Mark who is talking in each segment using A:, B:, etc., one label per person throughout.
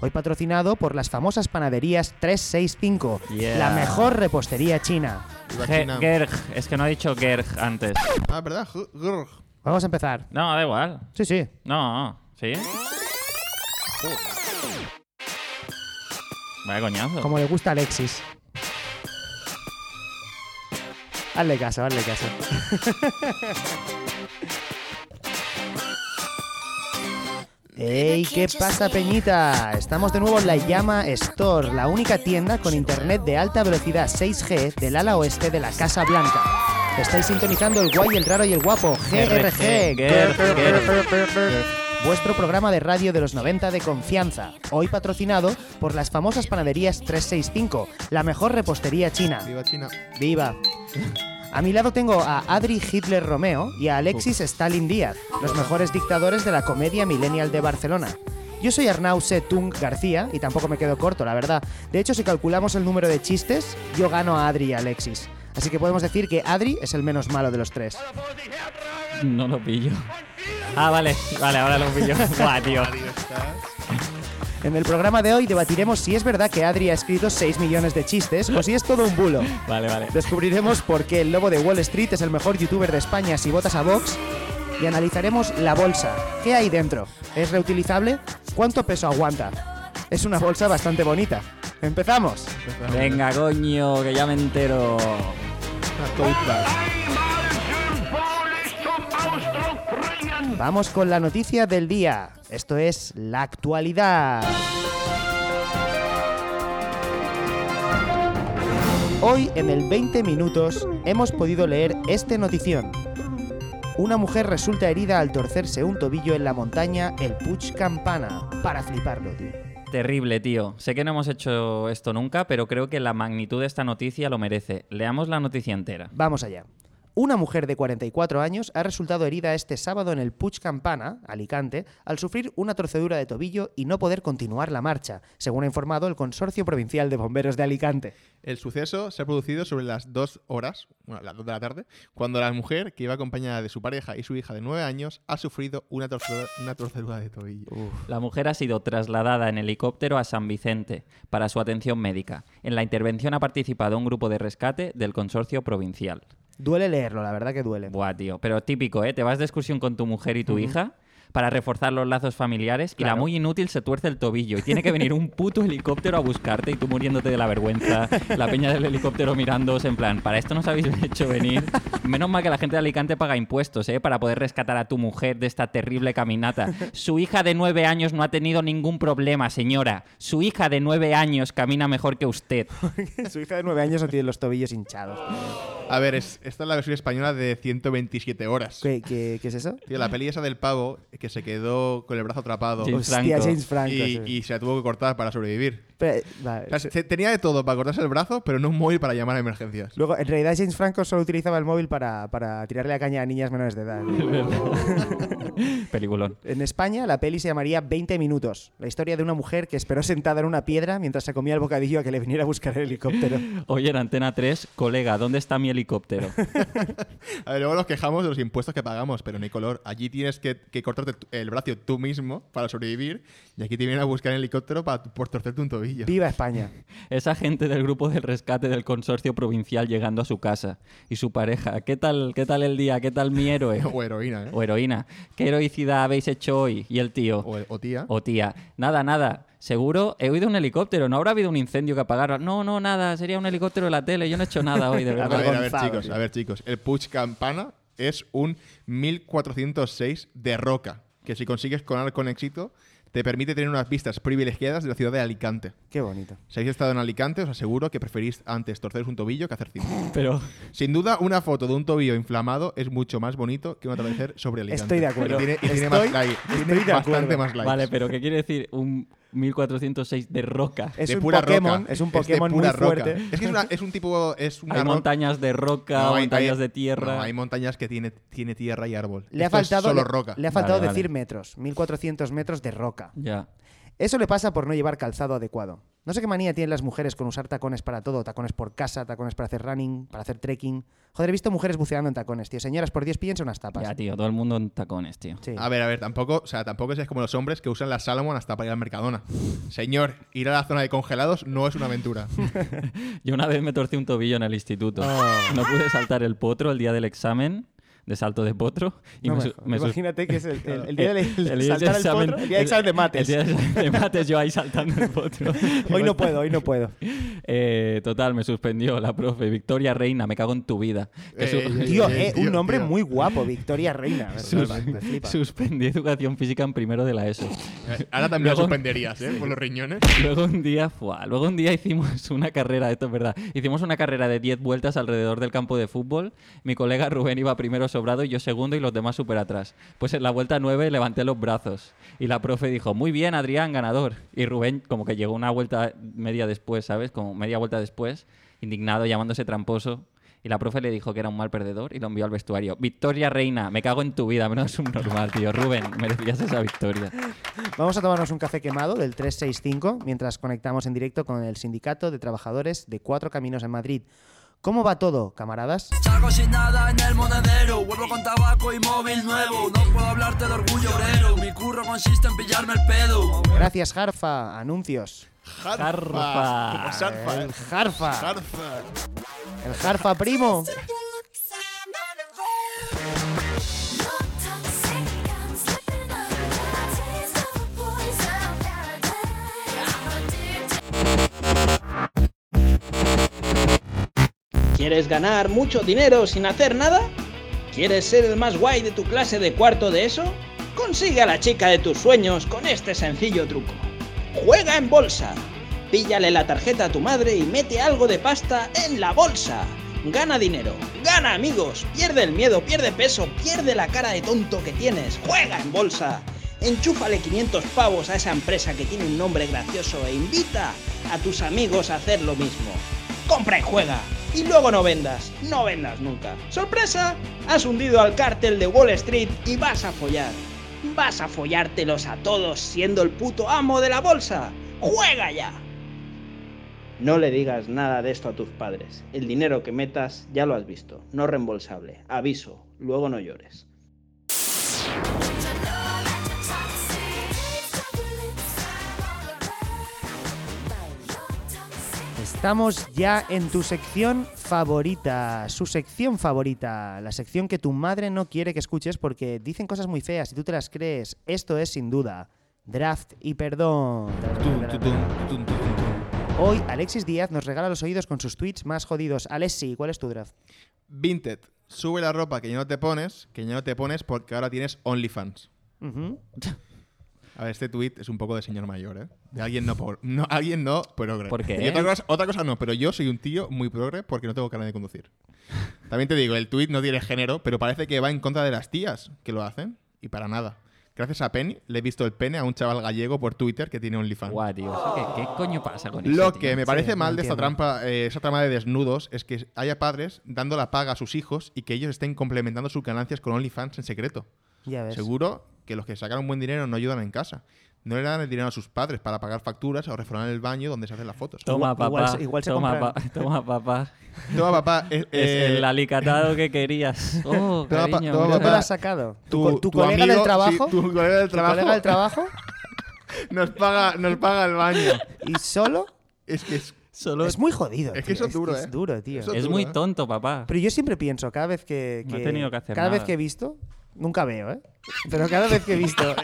A: Hoy patrocinado por las famosas panaderías 365,
B: Yeah.
A: la mejor repostería china.
C: Iba a
B: Ge-
C: China.
B: Gerg, es que no ha dicho Gerg antes.
C: Ah, ¿verdad? Ju- grr.
A: Vamos a empezar.
B: No, da igual.
A: Sí, sí.
B: No, ¿sí? Vaya coñazo.
A: Como le gusta a Alexis. Hazle caso, hazle caso. ¡Ey! ¿Qué pasa, Peñita? Estamos de nuevo en la Llama Store, la única tienda con internet de alta velocidad 6G del ala oeste de la Casa Blanca. Estáis sintonizando el guay, el raro y el guapo, GRG,
B: Ger, Ger.
A: vuestro programa de radio de los 90 de confianza, hoy patrocinado por las famosas panaderías 365, la mejor repostería china.
C: Viva China.
A: ¡Viva! A mi lado tengo a Adri Hitler Romeo y a Alexis Stalin Díaz, los mejores dictadores de la comedia millennial de Barcelona. Yo soy Arnau C. Tung García y tampoco me quedo corto, la verdad. De hecho, si calculamos el número de chistes, yo gano a Adri y a Alexis. Así que podemos decir que Adri es el menos malo de los tres.
B: No lo pillo. Ah, vale, vale, ahora lo pillo. Buah, tío.
A: En el programa de hoy debatiremos si es verdad que Adri ha escrito 6 millones de chistes o si es todo un bulo.
B: Vale, vale.
A: Descubriremos por qué el lobo de Wall Street es el mejor youtuber de España si votas a Vox. Y analizaremos la bolsa. ¿Qué hay dentro? ¿Es reutilizable? ¿Cuánto peso aguanta? Es una bolsa bastante bonita. ¡Empezamos!
B: Venga, coño, que ya me entero.
C: Una tote bag.
A: Vamos con la noticia del día. Esto es la actualidad. Hoy en el 20 minutos hemos podido leer este notición. Una mujer resulta herida al torcerse un tobillo en la montaña El Puig Campana. Para fliparlo, tío.
B: Terrible, tío. Sé que no hemos hecho esto nunca, pero creo que la magnitud de esta noticia lo merece. Leamos la noticia entera.
A: Vamos allá. Una mujer de 44 años ha resultado herida este sábado en el Puig Campana, Alicante, al sufrir una torcedura de tobillo y no poder continuar la marcha, según ha informado el Consorcio Provincial de Bomberos de Alicante.
C: El suceso se ha producido sobre las 2 horas, bueno, las 2 de la tarde, cuando la mujer, que iba acompañada de su pareja y su hija de 9 años, ha sufrido una torcedura, una torcedura de tobillo.
B: La mujer ha sido trasladada en helicóptero a San Vicente para su atención médica. En la intervención ha participado un grupo de rescate del consorcio provincial.
A: Duele leerlo, la verdad que duele.
B: Buah, tío. Pero típico, ¿eh? Te vas de excursión con tu mujer y tu hija para reforzar los lazos familiares y la muy inútil se tuerce el tobillo y tiene que venir un puto helicóptero a buscarte y tú muriéndote de la vergüenza, la peña del helicóptero mirándoos en plan, para esto nos habéis hecho venir. Menos mal que la gente de Alicante paga impuestos, ¿eh? Para poder rescatar a tu mujer de esta terrible caminata. Su hija de nueve años no ha tenido ningún problema, señora. Su hija de nueve años camina mejor que usted.
A: su hija de 9 años no tiene los tobillos hinchados.
C: A ver, es- esta es la versión española de 127 horas.
A: ¿Qué, qué- qué es eso?
C: Tío, la peli esa del pavo que se quedó con el brazo atrapado
B: Sí. James
A: Hostia,
B: Franco.
A: James Franco.
C: y,
A: sí.
C: y se la tuvo que cortar para sobrevivir.
A: Pero, eh, vale.
C: O sea, se- tenía de todo para cortarse el brazo, pero no un móvil para llamar a emergencias.
A: Luego, en realidad James Franco solo utilizaba el móvil para, para tirarle la caña a niñas menores de edad.
B: Peliculón.
A: En España, la peli se llamaría 20 minutos, la historia de una mujer que esperó sentada en una piedra mientras se comía el bocadillo a que le viniera a buscar el helicóptero.
B: Oye, en Antena 3, colega, ¿dónde está mi helicóptero?
C: A ver, luego nos quejamos de los impuestos que pagamos, pero no hay color. Allí tienes que, que cortarte tu- el brazo tú mismo para sobrevivir y aquí te vienen a buscar en helicóptero para, por torcerte un tobillo.
A: ¡Viva España!
B: Esa gente del grupo del rescate del consorcio provincial llegando a su casa y su pareja. ¿Qué tal, qué tal el día? ¿Qué tal mi héroe?
C: O heroína, ¿eh?
B: O heroína. ¿Qué heroicidad habéis hecho hoy? Y el tío.
C: O, o tía.
B: O tía. Nada, nada. Seguro he oído un helicóptero. ¿No habrá habido un incendio que apagar? No, no, nada. Sería un helicóptero de la tele. Yo no he hecho nada hoy, de
C: a
B: verdad.
C: ver, a ver,
A: avergonzado,
C: chicos,
A: tío.
C: a ver, chicos. El Puig Campana es un 1406 de roca, que si consigues colar con éxito, te permite tener unas vistas privilegiadas de la ciudad de Alicante.
A: ¡Qué bonito!
C: Si habéis estado en Alicante, os aseguro que preferís antes torceros un tobillo que hacer cine.
B: Pero,
C: Sin duda, una foto de un tobillo inflamado es mucho más bonito que un atardecer sobre Alicante.
A: Estoy de acuerdo.
C: Y tiene, y tiene
A: Estoy-
C: más likes.
A: estoy
C: Tiene
A: de acuerdo.
C: bastante más likes.
B: vale, pero ¿qué quiere decir un 1406 de roca?
A: Es
C: De
A: un
C: pura
A: Pokémon,
C: roca.
A: es un
C: de
A: Pokémon muy
C: pura roca.
A: fuerte.
C: Es que es, una- es un tipo... Es una
B: Hay
C: roca-
B: montañas de roca,
C: No, hay-
B: montañas
C: hay-
B: de tierra.
C: no, hay montañas que tiene, tiene tierra y árbol.
A: Le ha
C: Esto es
A: faltado,
C: solo
A: le-
C: roca.
A: le ha faltado
B: Vale, vale.
A: decir metros, 1400 metros de roca.
B: Ya.
A: Eso le pasa por no llevar calzado adecuado. No sé qué manía tienen las mujeres con usar tacones para todo, tacones por casa, tacones para hacer running, para hacer trekking. Joder, he visto mujeres buceando en tacones, tío. Señoras, por 10 píllense unas tapas.
B: Ya, tío, todo el mundo en tacones, tío.
A: Sí.
C: A ver, a ver, tampoco, o sea, tampoco es como los hombres que usan la Salomon hasta para ir al Mercadona. Señor, ir a la zona de congelados no es una aventura.
B: Yo una vez me torcí un tobillo en el instituto.
A: Ah.
B: No pude saltar el potro el día del examen de salto de potro. Y
A: No
B: me
A: me
B: su-
A: jodas.
B: me sus-
A: Imagínate que es el, el- el día del
B: el
A: el
B: día del
A: saltar al
B: examen-
A: potro, el día del examen de mates.
B: El día del examen de mates, yo ahí saltando el potro.
A: Hoy no puedo, hoy no puedo.
B: Eh, total, me suspendió la profe. Victoria Reina, me cago en tu vida. Me su-
C: Eh,
A: Tío,
C: eh,
A: eh,
C: tío,
A: un hombre
C: tío.
A: muy guapo, Victoria Reina.
B: Sus-
A: Me flipa.
B: Suspendí educación física en primero de la ESO.
C: Eh, Ahora también
B: Luego-
C: lo suspenderías, ¿eh? Por los riñones.
B: Luego un día, fuá, luego un día hicimos una carrera, esto es verdad, hicimos una carrera de 10 vueltas alrededor del campo de fútbol. Mi colega Rubén iba primero sobrado y yo segundo y los demás súper atrás. Pues en la vuelta 9 levanté los brazos y la profe dijo, muy bien Adrián, ganador. Y Rubén como que llegó una vuelta media después, ¿sabes? Como media vuelta después, indignado, llamándose tramposo. Y la profe le dijo que era un mal perdedor y lo envió al vestuario. Victoria Reina, me cago en tu vida, menos subnormal, tío. Rubén, merecías esa victoria.
A: Vamos a tomarnos un café quemado del 365 mientras conectamos en directo con el Sindicato de Trabajadores de Cuatro Caminos en Madrid. ¿Cómo va todo, camaradas?
D: Salgo sin nada en el monedero, vuelvo con tabaco y móvil nuevo. No puedo hablarte de orgullo obrero, mi curro consiste en pillarme el pedo.
A: Gracias, Jarfa. Anuncios.
B: Jarfa.
C: Jarfas. Jarfa, eh.
A: El Jarfa.
C: Jarfa.
A: El Jarfa primo.
E: ¿Quieres ganar mucho dinero sin hacer nada? ¿Quieres ser el más guay de tu clase de cuarto de eso? Consigue a la chica de tus sueños con este sencillo truco. Juega en bolsa. Píllale la tarjeta a tu madre y mete algo de pasta en la bolsa. Gana dinero, gana amigos, pierde el miedo, pierde peso, pierde la cara de tonto que tienes. Juega en bolsa. Enchúfale 500 pavos a esa empresa que tiene un nombre gracioso e invita a tus amigos a hacer lo mismo. Compra y juega. Y luego no vendas. No vendas nunca. ¡Sorpresa! Has hundido al cártel de Wall Street y vas a follar. Vas a follártelos a todos siendo el puto amo de la bolsa. ¡Juega ya! No le digas nada de esto a tus padres. El dinero que metas ya lo has visto. No reembolsable. Aviso. Luego no llores.
A: Estamos ya en tu sección favorita, su sección favorita, la sección que tu madre no quiere que escuches porque dicen cosas muy feas y tú te las crees. Esto es sin duda Draft y Perdón.
C: Tum, tum, tum, tum, tum, tum.
A: Hoy Alexis Díaz nos regala los oídos con sus tweets más jodidos. Alexi, ¿cuál es tu draft?
C: Vinted, sube la ropa que ya no te pones, que ya no te pones porque ahora tienes OnlyFans.
A: Ujú.
C: A ver, este tuit es un poco de señor mayor, ¿eh? De alguien no, por, no alguien no, progre.
B: ¿Por qué?
C: Y otra cosa, otra cosa no, pero yo soy un tío muy progre porque no tengo carne de conducir. También te digo, el tuit no tiene género, pero parece que va en contra de las tías que lo hacen y para nada. Gracias a Penny le he visto el pene a un chaval gallego por Twitter que tiene OnlyFans.
B: Guau, tío. eso ¿Qué, qué coño pasa con eso?
C: Ah. Lo
B: tío?
C: que me parece mal de esta
A: entiendo.
C: trampa, eh, esa trama de desnudos, es que haya padres dando la paga a sus hijos y que ellos estén complementando sus ganancias con OnlyFans en secreto.
A: Ya ves.
C: Seguro que los que sacan un buen dinero no ayudan en casa. No le dan el dinero a sus padres para pagar facturas o reformar el baño donde se hacen las fotos.
B: Toma,
A: Igual-
B: papá.
A: igual se- igual se
B: toma,
A: compran.
B: pa- toma, papá.
C: Toma, papá. eh, eh,
B: es el alicatado que querías. Oh,
C: Toma, pa-
B: cariño,
C: toma,
B: mira.
A: ¿Dónde
C: papá.
A: lo has sacado?
C: Ah, tu-
A: co-
C: tu
A: colega
C: amigo-
A: del trabajo?
C: sí, tu colega del
A: ¿Tu
C: trabajo,
A: colega del trabajo?
C: nos, paga, nos paga el baño.
A: ¿Y solo?
C: Es que es-
B: Solo-
A: Es muy jodido.
C: Es que
A: tío.
C: eso es duro,
A: Es
C: ¿eh?
A: duro, tío.
C: Eso-
B: es muy tonto, papá.
A: Pero yo siempre pienso, cada vez que.
B: No he tenido que hacer
A: Cada vez
B: nada.
A: que he visto, nunca veo, ¿eh? Pero cada vez que he visto.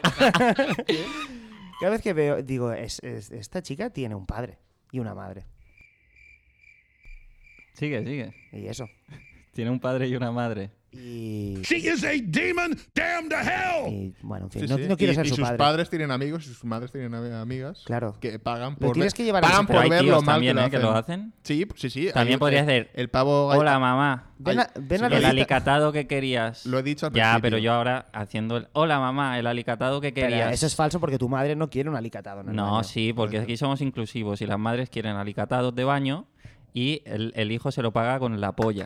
A: cada vez que veo, digo, es- es- esta chica tiene un padre y una madre.
B: Sigue, sigue.
A: Y eso.
B: Tiene un padre y una madre.
A: Y.
F: She is a demon, damn to hell!
A: y, bueno, en fin,
C: sí,
A: no,
C: sí.
A: no quiero
C: y,
A: ser
C: y
A: su
C: sus
A: padre.
C: padres tienen amigos y sus madres tienen ami- amigas
A: Claro.
C: que pagan
A: Lo
C: por
A: tienes
C: ver,
A: que llevar a
C: pagan
A: ese-
B: Pero
C: por
B: hay
C: ver lo
B: tíos
C: mal
B: también, ¿eh?
C: que
B: Que
C: lo
B: lo
C: hacen.
B: hacen.
C: Sí, sí, sí.
B: También
C: Hay-
B: podría
C: el-
B: hacer,
C: El pavo. gall-
B: Hola, mamá.
A: Ven a- ven a
C: sí,
B: El
A: Lolita.
B: alicatado que querías.
C: Lo he dicho al
B: Ya,
C: principio.
B: pero yo ahora haciendo el... Hola, mamá, el alicatado que
A: Pero
B: querías.
A: eso es falso porque tu madre no quiere un alicatado. en el
B: No,
A: baño.
B: sí, porque aquí somos inclusivos y las madres quieren alicatados de baño y el, el hijo se lo paga con la polla.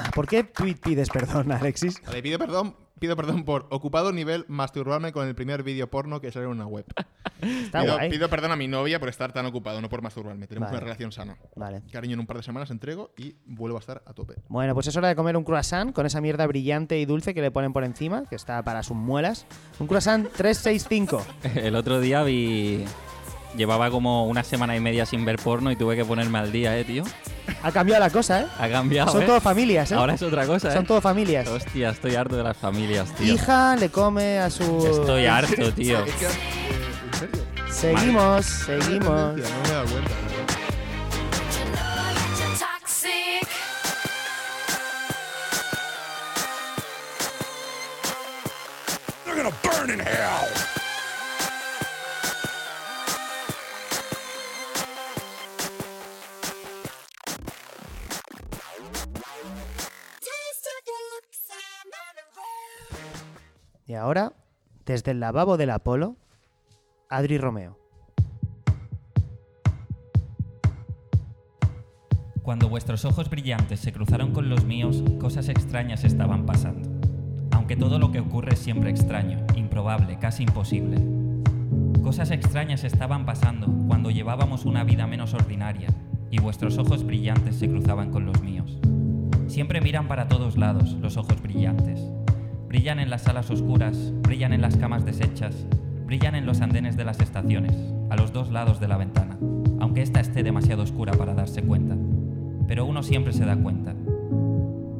A: Ah, ¿Por qué tweet pides perdón, Alexis?
C: Le pido perdón Pido perdón por ocupado nivel masturbarme con el primer vídeo porno que salió en una web.
A: Está
C: pido,
A: guay.
C: pido perdón a mi novia por estar tan ocupado, no por masturbarme. Tenemos
A: Vale.
C: una relación sana.
A: Vale.
C: Cariño, en un par de semanas entrego y vuelvo a estar a tope.
A: Bueno, pues es hora de comer un croissant con esa mierda brillante y dulce que le ponen por encima, que está para sus muelas. Un croissant 365.
B: El otro día vi. Llevaba como una semana y media sin ver porno y tuve que ponerme al día, eh, tío.
A: Ha cambiado la cosa, ¿eh?
B: Ha cambiado.
A: Son
B: ¿eh?
A: todo familias, ¿eh?
B: Ahora es otra cosa,
A: Son
B: eh.
A: todo familias.
B: Hostia, estoy harto de las familias, tío.
A: Hija le come a su...
B: Estoy harto, tío.
C: Es que, eh, ¿En serio?
A: Seguimos,
C: No
A: seguimos.
C: me he dado cuenta.
G: Toxic.
F: They're gonna burn in hell.
A: Y ahora, desde el lavabo del Apolo, Adri Romeo.
B: Cuando vuestros ojos brillantes se cruzaron con los míos, cosas extrañas estaban pasando. Aunque todo lo que ocurre es siempre extraño, improbable, casi imposible. Cosas extrañas estaban pasando cuando llevábamos una vida menos ordinaria y vuestros ojos brillantes se cruzaban con los míos. Siempre miran para todos lados los ojos brillantes. Brillan en las salas oscuras, brillan en las camas deshechas, brillan en los andenes de las estaciones, a los dos lados de la ventana, aunque ésta esté demasiado oscura para darse cuenta. Pero uno siempre se da cuenta.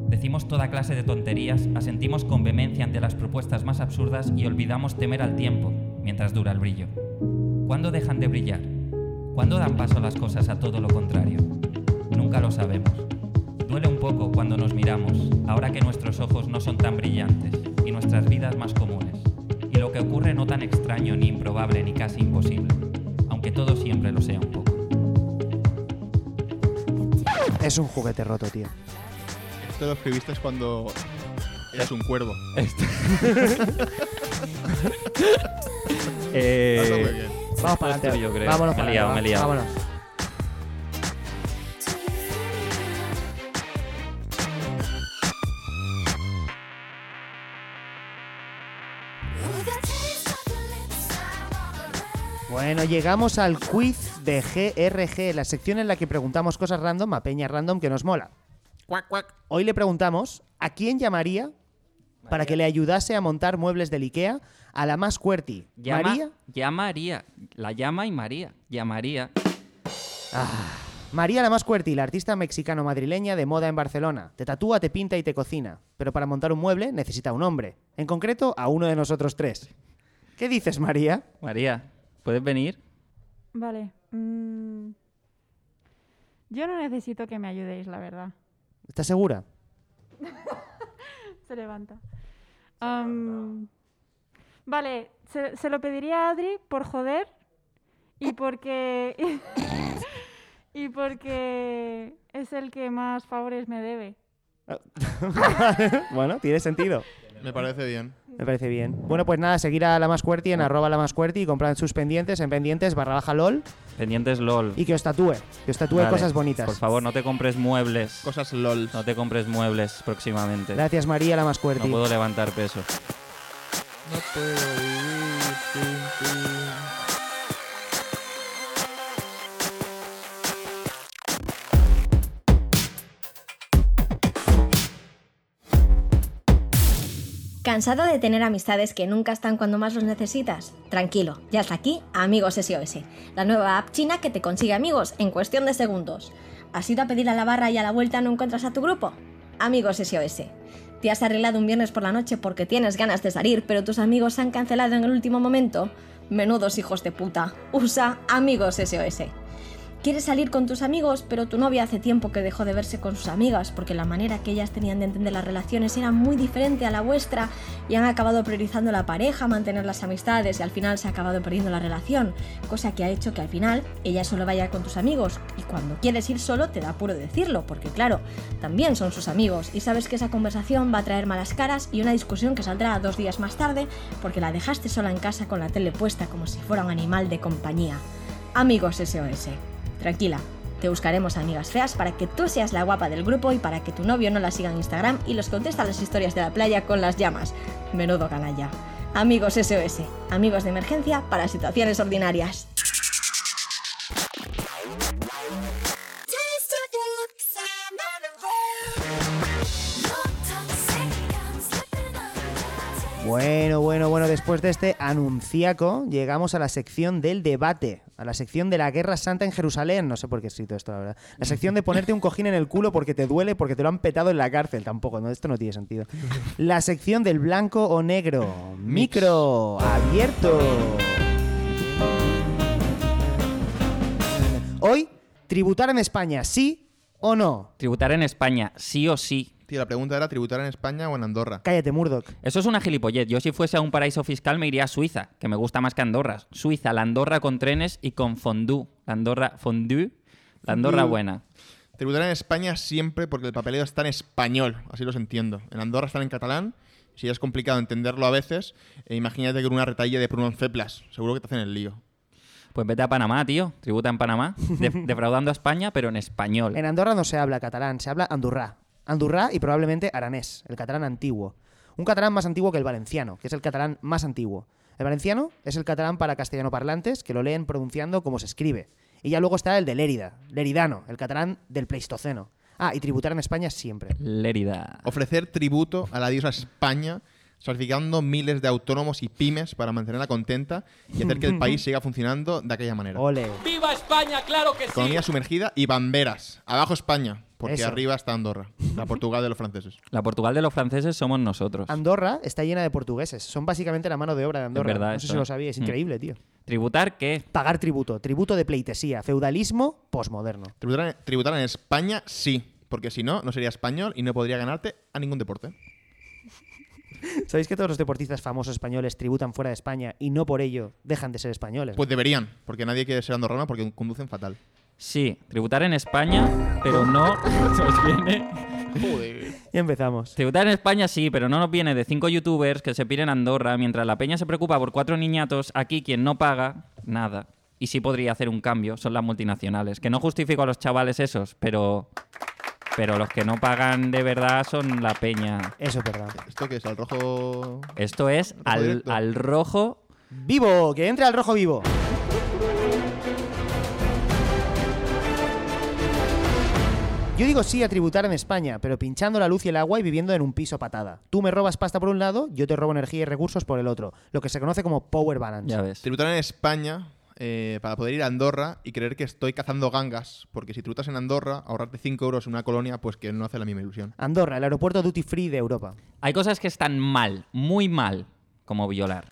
B: Decimos toda clase de tonterías, asentimos con vehemencia ante las propuestas más absurdas y olvidamos temer al tiempo mientras dura el brillo. ¿Cuándo dejan de brillar? ¿Cuándo dan paso las cosas a todo lo contrario? Nunca lo sabemos. Duele un poco cuando nos miramos, ahora que nuestros ojos no son tan brillantes y nuestras vidas más comunes, y lo que ocurre no tan extraño ni improbable ni casi imposible, aunque todo siempre lo sea un poco.
A: Es un juguete roto, tío.
C: Esto lo escribiste cuando eras un cuervo.
A: Eh,
B: Eh,
C: No sé por qué.
A: Vamos para adelante.
B: yo creo.
A: Vámonos
B: Me he
A: para
B: liado,
A: adelante,
B: me he liado.
A: Vámonos. Bueno, llegamos al quiz de GRG, la sección en la que preguntamos cosas random a Peña Random que nos mola. Hoy le preguntamos a quién llamaría para que le ayudase a montar muebles del IKEA a la más cuerti.
B: Llama-
A: ¿María?
B: Llamaría. La llama y María. Llamaría.
A: María la más cuerti, la artista mexicano-madrileña de moda en Barcelona. Te tatúa, te pinta y te cocina. Pero para montar un mueble necesita un hombre. En concreto, a uno de nosotros tres. ¿Qué dices, María?
B: María, ¿puedes venir?
H: Vale. mm. Yo no necesito que me ayudéis, la verdad.
A: ¿Estás segura?
H: Se levanta. Am, vale, se, se lo pediría a Adri por joder y porque. y porque es el que más favores me debe.
A: bueno, tiene sentido.
C: Me parece bien.
A: Me parece bien. Bueno, pues nada, seguir a la más cuerti en arroba la más cuerti y comprad sus pendientes en pendientes barra baja lol
B: Pendientes LOL.
A: y que os tatúe. Que os tatúe
B: Vale.
A: cosas bonitas.
B: Por favor, no te compres muebles.
C: Cosas lol.
B: No te compres muebles próximamente.
A: Gracias, María la más
B: No
A: cuerti.
B: puedo levantar peso.
I: ¿Cansado de tener amistades que nunca están cuando más los necesitas? Tranquilo, ya está aquí Amigos SOS, la nueva app china que te consigue amigos en cuestión de segundos. ¿Has ido a pedir a la barra y a la vuelta no encuentras a tu grupo? Amigos SOS. ¿Te has arreglado un viernes por la noche porque tienes ganas de salir, pero tus amigos se han cancelado en el último momento? Menudos hijos de puta. Usa Amigos SOS. ¿Quieres salir con tus amigos, pero tu novia hace tiempo que dejó de verse con sus amigas porque la manera que ellas tenían de entender las relaciones era muy diferente a la vuestra y han acabado priorizando la pareja, mantener las amistades y al final se ha acabado perdiendo la relación? Cosa que ha hecho que al final ella solo vaya con tus amigos y cuando quieres ir solo te da apuro decirlo porque claro, también son sus amigos y sabes que esa conversación va a traer malas caras y una discusión que saldrá dos días más tarde porque la dejaste sola en casa con la tele puesta como si fuera un animal de compañía. Amigos SOS. Tranquila, Te buscaremos amigas feas para que tú seas la guapa del grupo y para que tu novio no la siga en Instagram y los contesta las historias de la playa con las llamas. Menudo canalla. Amigos SOS, amigos de emergencia para situaciones ordinarias.
A: Bueno, bueno, bueno, después de este anunciaco, llegamos a la sección del debate, a la sección de la Guerra Santa en Jerusalén, no sé por qué he escrito esto, la verdad. La sección de ponerte un cojín en el culo porque te duele, porque te lo han petado en la cárcel, tampoco, no, esto no tiene sentido. La sección del blanco o negro, micro, abierto. Hoy, tributar en España, ¿sí o no?
B: Tributar en España, sí o sí.
C: Tío, la pregunta era tributar en España o en Andorra.
A: Cállate, Murdoch.
B: Eso es una gilipollez. Yo si fuese a un paraíso fiscal me iría a Suiza, que me gusta más que Andorra. Suiza, la Andorra con trenes y con fondue. La Andorra fondue, la Andorra
C: Fondue.
B: buena.
C: Tributar en España siempre porque el papeleo está en español, así los entiendo. En Andorra están en catalán, si ya es complicado entenderlo a veces, e imagínate con una retalla de pronunciaplas, seguro que te hacen el lío.
B: Pues vete a Panamá, tío. Tributa en Panamá, de- defraudando a España, pero en español.
A: En Andorra no se habla catalán, se habla andurrá. Andurrá y probablemente aranés, el catalán antiguo. Un catalán más antiguo que el valenciano, que es el catalán más antiguo. El valenciano es el catalán para castellano parlantes, que lo leen pronunciando como se escribe. Y ya luego está el de Lérida, leridano, el catalán del Pleistoceno. Ah, y tributar en España siempre.
B: Lérida.
C: Ofrecer tributo a la diosa España, sacrificando miles de autónomos y pymes para mantenerla contenta y hacer que el país siga funcionando de aquella manera.
A: Ole.
D: ¡Viva España, claro que
C: Economía sumergida y banderas. Abajo España, porque
A: Eso.
C: arriba está Andorra, la Portugal de los franceses.
B: La Portugal de los franceses somos nosotros.
A: Andorra está llena de portugueses. Son básicamente la mano de obra de Andorra.
B: verdad
A: no sé
B: esto,
A: si
B: ¿eh?
A: lo sabía, es
B: Mm.
A: increíble, tío.
B: ¿Tributar qué?
A: Pagar tributo, tributo de pleitesía, feudalismo posmoderno.
C: Tributar en, tributar en España, sí, porque si no, no sería español y no podría ganarte a ningún deporte.
A: ¿Sabéis que todos los deportistas famosos españoles tributan fuera de España y no por ello dejan de ser españoles?
C: Pues deberían, porque nadie quiere ser andorrano porque conducen fatal.
B: Sí, tributar en España, pero no nos viene.
A: y empezamos.
B: Tributar en España sí, pero no nos viene de cinco youtubers que se piden a Andorra mientras la peña se preocupa por cuatro niñatos. Aquí quien no paga, nada. Y sí podría hacer un cambio, son las multinacionales. Que no justifico a los chavales esos, pero. Pero los que no pagan de verdad son la peña.
A: Eso es verdad.
C: ¿Esto qué es? ¿Al rojo...?
B: Esto es al,
C: Directo.
B: al rojo.
A: ¡Vivo! ¡Que entre al rojo vivo! Yo digo sí a tributar en España, pero pinchando la luz y el agua y viviendo en un piso patada. Tú me robas pasta por un lado, yo te robo energía y recursos por el otro. Lo que se conoce como power balance.
B: Ya ves.
C: Tributar en España eh, para poder ir a Andorra y creer que estoy cazando gangas, porque si tributas en Andorra, ahorrarte 5 euros en una colonia, pues que no hace la misma ilusión.
A: Andorra, el aeropuerto duty free de Europa.
B: Hay cosas que están mal, muy mal, como violar.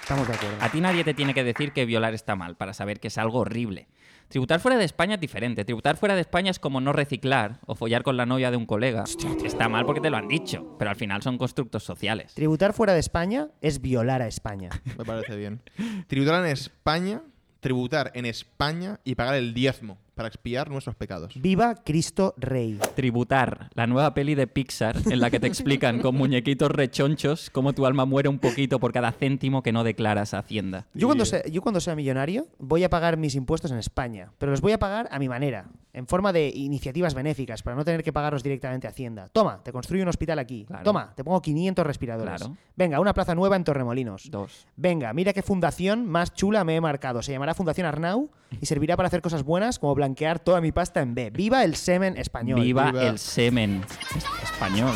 A: Estamos de acuerdo.
B: A ti nadie te tiene que decir que violar está mal para saber que es algo horrible. Tributar fuera de España es diferente. Tributar fuera de España es como no reciclar o follar con la novia de un colega. Está mal porque te lo han dicho, pero al final son constructos sociales.
A: Tributar fuera de España es violar a España.
C: Me parece bien. Tributar en España, tributar en España y pagar el diezmo para expiar nuestros pecados.
A: ¡Viva Cristo Rey!
B: Tributar, la nueva peli de Pixar en la que te explican con muñequitos rechonchos cómo tu alma muere un poquito por cada céntimo que no declaras a Hacienda.
A: Yo cuando, sea, yo cuando sea millonario voy a pagar mis impuestos en España, pero los voy a pagar a mi manera, en forma de iniciativas benéficas, para no tener que pagarlos directamente a Hacienda. Toma, te construyo un hospital aquí.
B: Claro.
A: Toma, te pongo 500 respiradores.
B: Claro.
A: Venga, una plaza nueva en Torremolinos.
B: Dos.
A: Venga, mira qué fundación más chula me he marcado. Se llamará Fundación Arnau y servirá para hacer cosas buenas como blanquear toda mi pasta en B. ¡Viva el semen español!
B: Viva
C: viva.
B: el semen. Es- Español.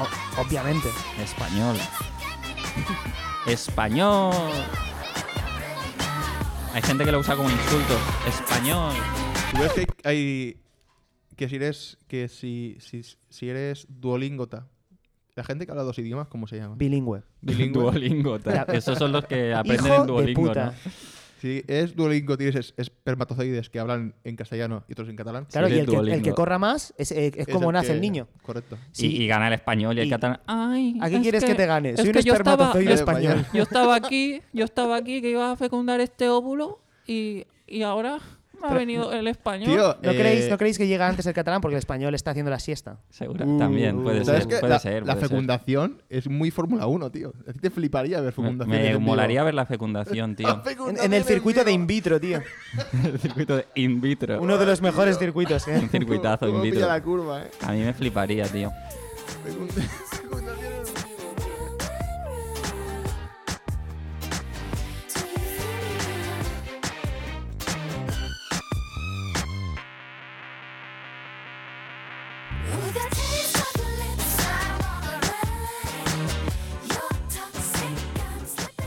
A: O- obviamente.
B: Español. Español. Hay gente que lo usa como insulto. Español.
C: ¿Tú ves que hay... hay- que si eres... que si, si, si eres duolingota... La gente que habla dos idiomas, ¿cómo se llama?
A: Bilingüe.
C: Bilingüe.
B: Duolingo. tal. Esos son los que aprenden
A: Hijo
B: en Duolingo,
A: de puta.
B: ¿no?
C: Si es Duolingo, tienes es- espermatozoides que hablan en castellano y otros en catalán.
A: Claro,
B: Sí,
A: y el que, el
B: Duolingo.
A: que corra más es, eh, es
C: Es
A: como
C: el
A: nace
C: que-
A: el niño.
C: Correcto.
A: Sí.
B: Y, y gana el español y el
A: Y-
B: catalán. Ay,
A: ¿A qué
B: es
A: quieres que te gane? Soy un
B: yo estaba-
A: espermatozoide
B: yo-
A: español.
B: Yo estaba aquí, yo estaba aquí que iba a fecundar este óvulo y, y ahora Me ha venido el español.
C: Tío,
A: ¿No,
C: eh,
A: creéis, ¿No creéis que llega antes el catalán porque el español está haciendo la siesta?
B: Segura,
C: uh,
B: también puede
C: ¿sabes
B: ser.
C: qué?
B: Puede
C: la,
B: ser
C: la
B: puede ser.
C: fecundación es muy Fórmula 1, tío. A ti te fliparía ver
B: Me,
C: fecundación.
B: me
C: en vivo.
B: molaría ver la fecundación, tío.
C: La
A: En,
C: fecundación
A: en el circuito de in
C: vivo.
A: vitro, tío.
B: el circuito de in vitro.
A: Uno de los mejores circuitos, ¿eh?
B: Un circuitazo
C: ¿Cómo
B: in
C: pilla
B: vitro.
C: la curva, eh?
B: A mí me fliparía, tío.
C: Fecundación en vivo.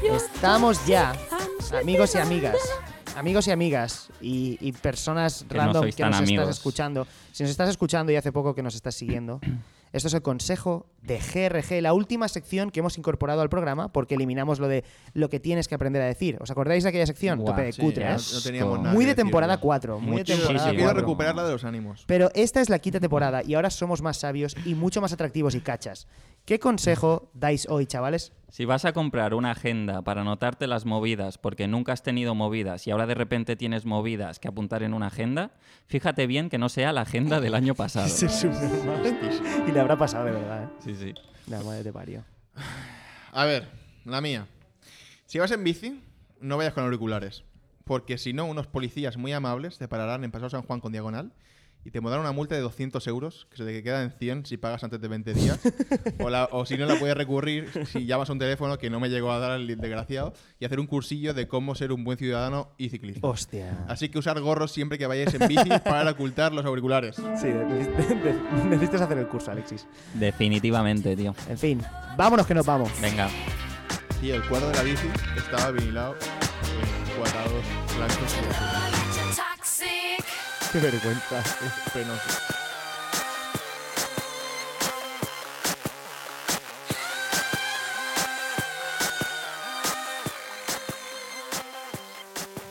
A: Estamos ya, amigos y amigas, amigos y amigas y, y personas
B: Que no
A: random
B: sois
A: que
B: tan
A: nos
B: amigos.
A: estás escuchando, si nos estás escuchando y hace poco que nos estás siguiendo, esto es el consejo de GRG, la última sección que hemos incorporado al programa porque eliminamos lo de lo que tienes que aprender a decir. ¿Os acordáis de aquella sección?
B: Guau,
A: Tope de
B: sí,
A: cutre,
B: ya
A: ¿eh?
B: sé.
C: No teníamos
B: Asco.
C: nada
A: Muy
C: que
A: de
C: decir,
A: temporada
C: ¿no?
A: 4, muy de
B: Muchísimo.
A: temporada
B: Sí, sí,
C: Quiero
B: cuatro.
A: 4.
C: recuperarla de los ánimos.
A: Pero esta es la quinta temporada y ahora somos más sabios y mucho más atractivos y cachas. ¿Qué consejo dais hoy, chavales?
B: Si vas a comprar una agenda para anotarte las movidas porque nunca has tenido movidas y ahora de repente tienes movidas que apuntar en una agenda, fíjate bien que no sea la agenda del año pasado. Sí,
A: Y le habrá pasado de verdad, ¿eh?
B: sí.
A: La madre te parió.
C: A ver, la mía. Si vas en bici, no vayas con auriculares. Porque si no, unos policías muy amables te pararán en Paseo San Juan con diagonal y te darán una multa de 200 euros, que se te queda en 100 si pagas antes de 20 días. o, la- o si no, la puedes recurrir si llamas a un teléfono que no me llegó a dar el desgraciado y hacer un cursillo de cómo ser un buen ciudadano y ciclista.
A: Hostia.
C: Así que usar gorros siempre que vayáis en bici para ocultar los auriculares.
A: Sí, necesitas, necesitas hacer el curso, Alexis.
B: Definitivamente, tío.
A: En fin, vámonos que nos vamos.
B: Venga.
C: Tío, el cuadro de la bici estaba vinilado en cuadrados blancos. y azules.
A: Qué vergüenza.
C: Es penoso.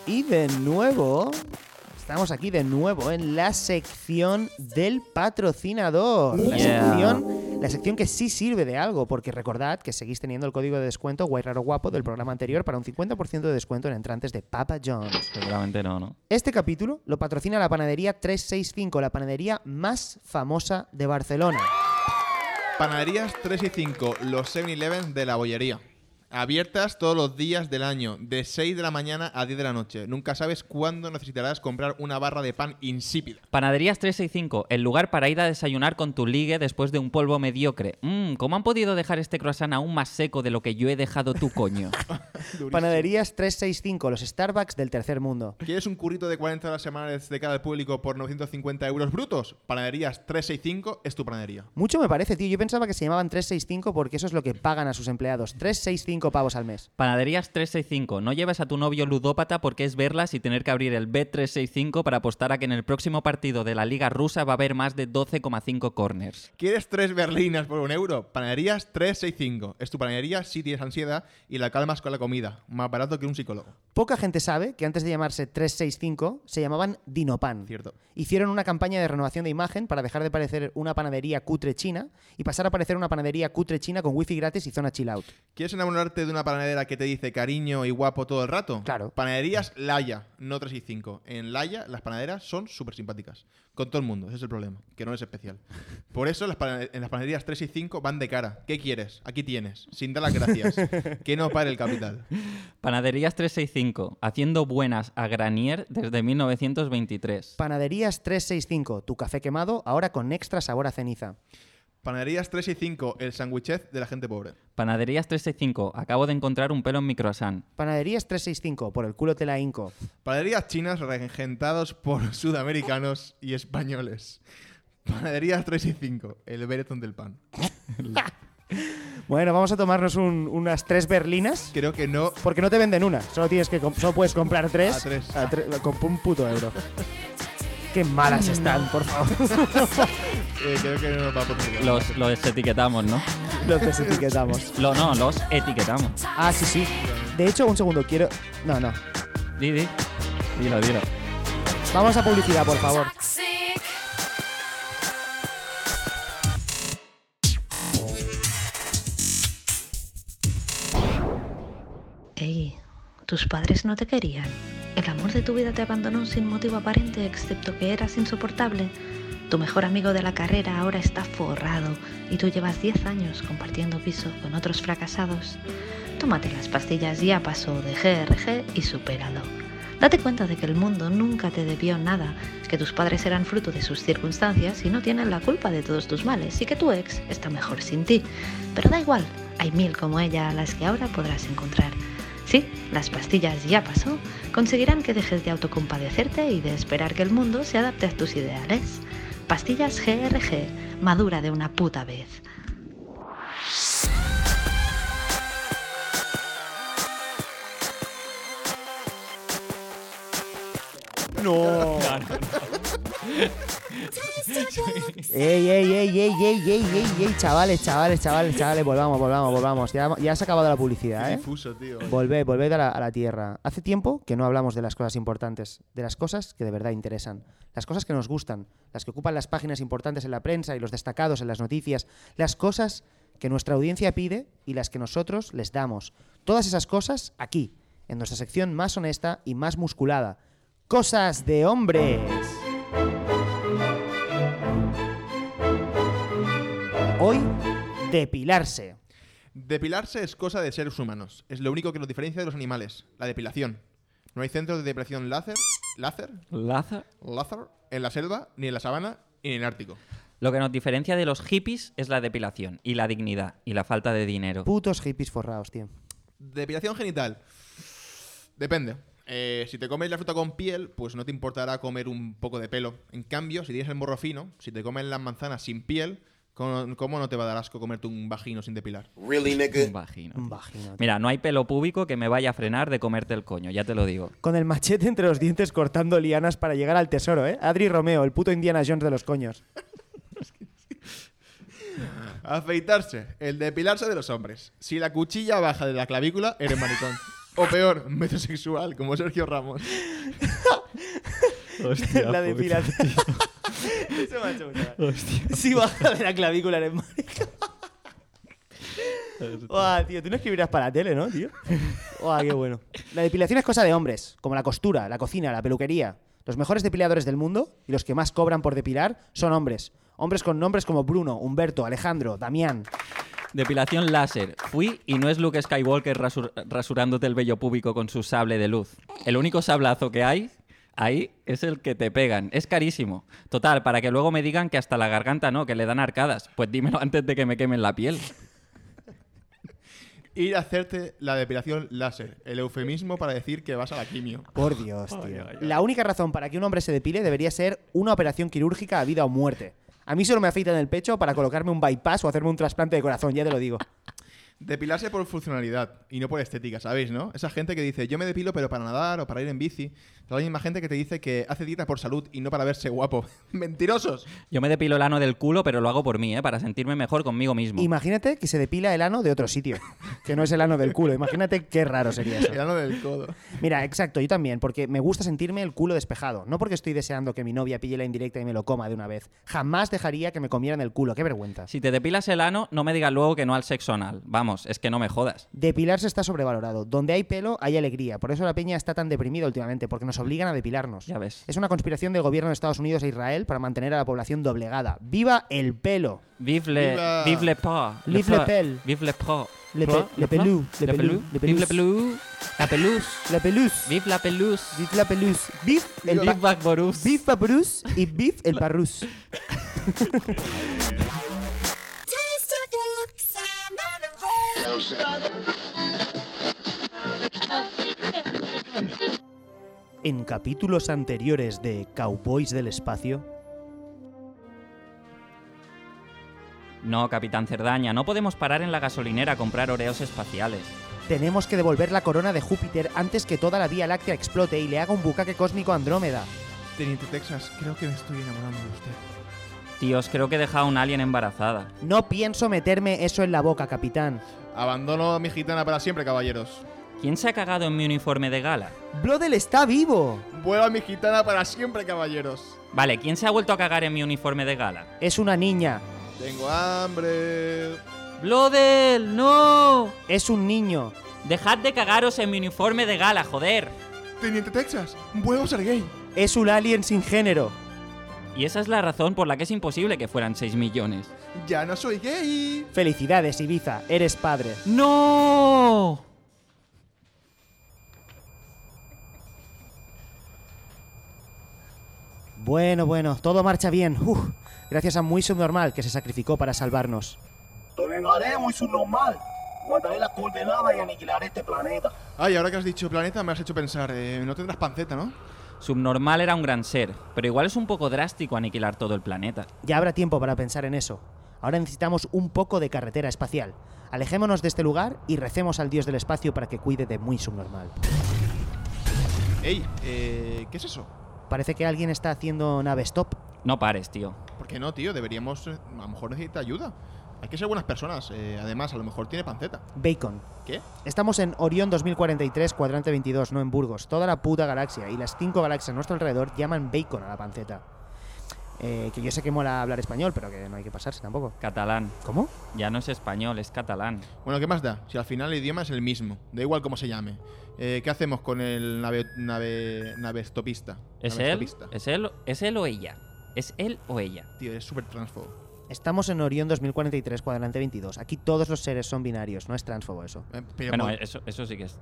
A: Y de nuevo, estamos aquí de nuevo en la sección del patrocinador. La
B: Yeah.
A: sección, la sección que sí sirve de algo, porque recordad que seguís teniendo el código de descuento Guay Raro Guapo del programa anterior para un 50% de descuento en entrantes de Papa John's.
B: Seguramente no, ¿no?
A: Este capítulo lo patrocina la panadería 365, la panadería más famosa de Barcelona.
C: Panaderías 3 y 5, los 7-Eleven de la bollería. Abiertas todos los días del año, de 6 de la mañana a 10 de la noche. Nunca sabes cuándo necesitarás comprar una barra de pan insípida.
B: Panaderías 365, el lugar para ir a desayunar con tu ligue después de un polvo mediocre. Mmm, ¿cómo han podido dejar este croissant aún más seco de lo que yo he dejado tu coño?
A: Panaderías 365, los Starbucks del tercer mundo.
C: ¿Quieres un currito de 40 horas semanales de cara al público por 950 euros brutos? Panaderías 365 es tu panadería.
A: Mucho me parece, tío. Yo pensaba que se llamaban 365 porque eso es lo que pagan a sus empleados. 365 pavos al mes.
B: Panaderías 365, no lleves a tu novio ludópata porque es verlas y tener que abrir el B365 para apostar a que en el próximo partido de la Liga Rusa va a haber más de 12,5 corners.
C: ¿Quieres tres berlinas por un euro? Panaderías 365. Es tu panadería si tienes ansiedad y la calmas con la comida. Más barato que un psicólogo.
A: Poca gente sabe que antes de llamarse 365 se llamaban Dinopan.
C: Cierto.
A: Hicieron una campaña de renovación de imagen para dejar de parecer una panadería cutre china y pasar a parecer una panadería cutre china con wifi gratis y zona chill out.
C: ¿Quieres enamorarte de una panadera que te dice cariño y guapo todo el rato?
A: Claro.
C: Panaderías Laya, no 3 y 5. En Laya las panaderas son súper simpáticas. Con todo el mundo, ese es el problema, que no es especial. Por eso las pana- en las panaderías 3 y 5 van de cara. ¿Qué quieres? Aquí tienes, sin dar las gracias. que no pare el capital.
B: Panaderías 365, haciendo buenas a Granier desde 1923.
A: Panaderías 365, tu café quemado ahora con extra sabor a ceniza.
C: Panaderías 3 y 5, el sándwichez de la gente pobre.
B: Panaderías 365, acabo de encontrar un pelo en mi croissant.
A: Panaderías 365, por el culo te la inco.
C: Panaderías chinas regentados por sudamericanos y españoles. Panaderías 3 y 5, el Beretón del pan.
A: Bueno, vamos a tomarnos un- unas tres berlinas.
C: Creo que no
A: Porque no te venden una, solo, tienes que comp- solo puedes comprar tres,
C: A tres.
A: a tre- con un puto euro. Qué malas están, por favor.
C: Eh, creo que no nos va a poner.
B: Los, los etiquetamos, ¿no?
A: Los desetiquetamos.
B: Lo, no, los etiquetamos.
A: Ah, sí, sí. De hecho, un segundo, quiero. No, no.
B: Didi, dilo, dilo.
A: Vamos a publicidad, por favor.
G: Ey, ¿tus padres no te querían? El amor de tu vida te abandonó sin motivo aparente, excepto que eras insoportable. Tu mejor amigo de la carrera ahora está forrado y tú llevas 10 años compartiendo piso con otros fracasados. Tómate las pastillas ya pasó de GRG y supéralo. Date cuenta de que el mundo nunca te debió nada, que tus padres eran fruto de sus circunstancias y no tienen la culpa de todos tus males y que tu ex está mejor sin ti. Pero da igual, hay mil como ella a las que ahora podrás encontrar. Sí, las pastillas ya pasó, conseguirán que dejes de autocompadecerte y de esperar que el mundo se adapte a tus ideales. Pastillas GRG, madura de una puta vez.
A: No.
B: No, no, no.
A: Ey, ey, ey, ey, ey, ey, ey, ey, chavales, chavales, chavales, chavales, volvamos, volvamos, volvamos. Ya, ya se ha acabado la publicidad,
C: Qué
A: ¿eh?
C: difuso, tío.
A: Volved, volved a la, a la tierra. Hace tiempo que no hablamos de las cosas importantes, de las cosas que de verdad interesan, las cosas que nos gustan, las que ocupan las páginas importantes en la prensa y los destacados en las noticias, las cosas que nuestra audiencia pide y las que nosotros les damos. Todas esas cosas aquí, en nuestra sección más honesta y más musculada. Cosas de hombres. Hoy, depilarse.
C: Depilarse es cosa de seres humanos. Es lo único que nos diferencia de los animales. La depilación. No hay centros de depilación láser, láser,
B: Laza.
C: láser en la selva, ni en la sabana, ni en el Ártico.
B: Lo que nos diferencia de los hippies es la depilación y la dignidad y la falta de dinero.
A: Putos hippies forrados, tío.
C: Depilación genital. Depende. Eh, si te comes la fruta con piel, pues no te importará comer un poco de pelo. En cambio, si tienes el morro fino, si te comes las manzanas sin piel, ¿cómo, cómo no te va a dar asco comerte un vagino sin depilar?
F: Really, nigga?
B: Un vagino.
A: Un vagino, tío.
B: Mira, no hay pelo público que me vaya a frenar de comerte el coño, ya te lo digo.
A: Con el machete entre los dientes cortando lianas para llegar al tesoro, ¿eh? Adri Romeo, el puto Indiana Jones de los coños.
C: Afeitarse. El depilarse de los hombres. Si la cuchilla baja de la clavícula, eres maricón. O peor, metrosexual, como Sergio Ramos.
A: la depilación. Eso me ha hecho mucha gracia. Si baja de la clavícula eres marica. Buah, tío, tú no escribirás para la tele, ¿no, tío? Buah, qué bueno. La depilación es cosa de hombres, como la costura, la cocina, la peluquería. Los mejores depiladores del mundo y los que más cobran por depilar son hombres. Hombres con nombres como Bruno, Humberto, Alejandro, Damián.
B: Depilación láser. Fui y no es Luke Skywalker rasur- rasurándote el vello púbico con su sable de luz. El único sablazo que hay ahí es el que te pegan. Es carísimo. Total, para que luego me digan que hasta la garganta no, que le dan arcadas. Pues dímelo antes de que me quemen la piel.
C: Ir a hacerte la depilación láser. El eufemismo para decir que vas a la quimio.
A: Por Dios, tío. La única razón para que un hombre se depile debería ser una operación quirúrgica a vida o muerte. A mí solo me afeitan el pecho para colocarme un bypass o hacerme un trasplante de corazón, ya te lo digo.
C: Depilarse por funcionalidad y no por estética, ¿sabéis, no? Esa gente que dice, yo me depilo pero para nadar o para ir en bici. La misma gente que te dice que hace dieta por salud y no para verse guapo. ¡Mentirosos!
B: Yo me depilo el ano del culo, pero lo hago por mí, ¿eh? para sentirme mejor conmigo mismo.
A: Imagínate que se depila el ano de otro sitio, que no es el ano del culo. Imagínate qué raro sería eso.
C: El ano del codo.
A: Mira, exacto, yo también, porque me gusta sentirme el culo despejado. No porque estoy deseando que mi novia pille la indirecta y me lo coma de una vez. Jamás dejaría que me comieran el culo, qué vergüenza.
B: Si te depilas el ano, no me digas luego que no al sexo anal. Vamos, es que no me jodas.
A: Depilarse está sobrevalorado. Donde hay pelo, hay alegría. Por eso la peña está tan deprimida últimamente, porque nos obligan a depilarnos.
B: Ya ves.
A: Es una conspiración del gobierno de Estados Unidos e Israel para mantener a la población doblegada. ¡Viva el pelo!
B: Vive le,
C: Viva.
B: vive le pas.
A: Vive le pel.
B: Vive le pas.
A: Le
B: Pas,
A: pe- le pelú,
B: pas,
A: le
B: Le
A: pelú,
B: pelú.
A: le
B: Vive le
A: pelús.
B: pelú. La pelús.
A: ¡La peluz!
B: Vive la pelús.
A: ¡Viva la peluz! ¡Viv el
B: Vive
A: pa-
B: Back Borus.
A: ¡Viv Paparús y viv el parrús! En capítulos anteriores de Cowboys del Espacio,
B: No, Capitán Cerdaña, no podemos parar en la gasolinera a comprar oreos espaciales.
A: Tenemos que devolver la corona de Júpiter antes que toda la Vía Láctea explote y le haga un bucaque cósmico a Andrómeda.
C: Teniente Texas, creo que me estoy enamorando de usted.
B: Tíos, creo que he dejado a un alien embarazada.
A: No pienso meterme eso en la boca, capitán.
C: Abandono a mi gitana para siempre, caballeros.
B: ¿Quién se ha cagado en mi uniforme de gala?
A: Blodel está vivo.
C: Vuelvo a mi gitana para siempre, caballeros.
B: Vale, ¿quién se ha vuelto a cagar en mi uniforme de gala?
A: Es una niña.
C: Tengo hambre.
B: ¡Blodel, no!
A: Es un niño.
B: Dejad de cagaros en mi uniforme de gala, joder.
C: Teniente Texas, vuelvo a ser gay.
A: Es un alien sin género.
B: Y esa es la razón por la que es imposible que fueran 6 millones.
C: Ya no soy gay.
A: Felicidades, Ibiza, eres padre.
B: ¡No!
A: Bueno, bueno, todo marcha bien. Uf, gracias a Muy Subnormal que se sacrificó para salvarnos.
F: Te vengaré, muy subnormal. Guardaré las coordenadas y aniquilaré este planeta.
C: Ay, ahora que has dicho planeta, me has hecho pensar. eh, no tendrás panceta, ¿no?
B: Subnormal era un gran ser, pero igual es un poco drástico aniquilar todo el planeta.
A: Ya habrá tiempo para pensar en eso. Ahora necesitamos un poco de carretera espacial. Alejémonos de este lugar y recemos al dios del espacio para que cuide de Muy Subnormal.
C: Ey, eh, ¿qué es eso?
A: Parece que alguien está haciendo nave stop.
B: No pares, tío.
C: ¿Por qué no, tío? Deberíamos. eh, A lo mejor necesita ayuda. Hay que ser buenas personas. eh, además, a lo mejor tiene panceta.
A: Bacon.
C: ¿Qué?
A: Estamos en Orión 2043, cuadrante 22, no en Burgos. Toda la puta galaxia y las cinco galaxias a nuestro alrededor llaman Bacon a la panceta. Eh, que yo sé que mola hablar español, pero que no hay que pasarse tampoco.
B: Catalán.
A: ¿Cómo?
B: Ya no es español, es catalán.
C: Bueno, ¿qué más da? Si al final el idioma es el mismo. Da igual cómo se llame. Eh, ¿Qué hacemos con el nave. nave. nave estopista?
B: ¿Es
C: Nave
B: él? Eh,
C: estopista.
B: ¿Es él? ¿Es él o ella? ¿Es él o ella?
C: Tío, es súper transfobo.
A: Estamos en Orión 2043, cuadrante 22. Aquí todos los seres son binarios, no es transfobo eso.
C: Eh, pero
B: Bueno,
C: pod-
B: eso, eso sí que es.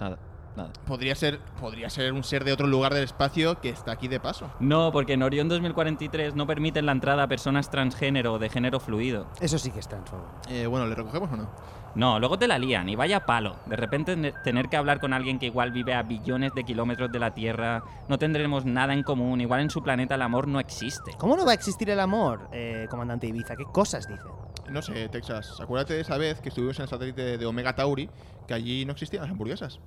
B: Nada, nada.
C: podría, ser, podría ser un ser de otro lugar del espacio que está aquí de paso.
B: No, porque en Orión 2043 no permiten la entrada a personas transgénero o de género fluido.
A: Eso sí que es transfobo.
C: Eh, bueno, ¿le recogemos o no?
B: No, luego te la lían y vaya palo. De repente ne- tener que hablar con alguien que igual vive a billones de kilómetros de la Tierra, no tendremos nada en común, igual en su planeta el amor no existe.
A: ¿Cómo no va a existir el amor, eh, comandante Ibiza? ¿Qué cosas dice?
C: No sé, Texas. Acuérdate de esa vez que estuvimos en el satélite de Omega Tauri, que allí no existían las hamburguesas.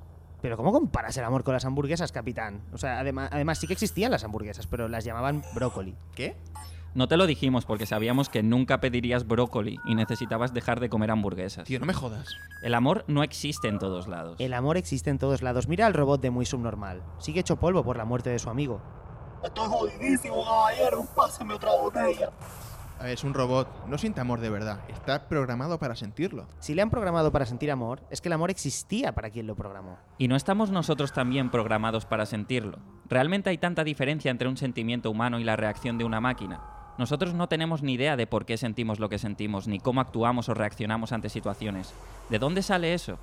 A: Pero ¿cómo comparas el amor con las hamburguesas, capitán? O sea, además, además sí que existían las hamburguesas, pero las llamaban brócoli.
C: ¿Qué?
B: No te lo dijimos porque sabíamos que nunca pedirías brócoli y necesitabas dejar de comer hamburguesas.
C: Tío, no me jodas.
B: El amor no existe en todos lados.
A: El amor existe en todos lados. Mira al robot de muy subnormal. Sigue hecho polvo por la muerte de su amigo.
F: Estoy jodidísimo, caballero. Pásame otra botella.
C: A ver, Ah, es un robot. No siente amor de verdad. Está programado para sentirlo.
A: Si le han programado para sentir amor, es que el amor existía para quien lo programó.
B: Y no estamos nosotros también programados para sentirlo. Realmente hay tanta diferencia entre un sentimiento humano y la reacción de una máquina. Nosotros no tenemos ni idea de por qué sentimos lo que sentimos, ni cómo actuamos o reaccionamos ante situaciones. ¿De dónde sale eso?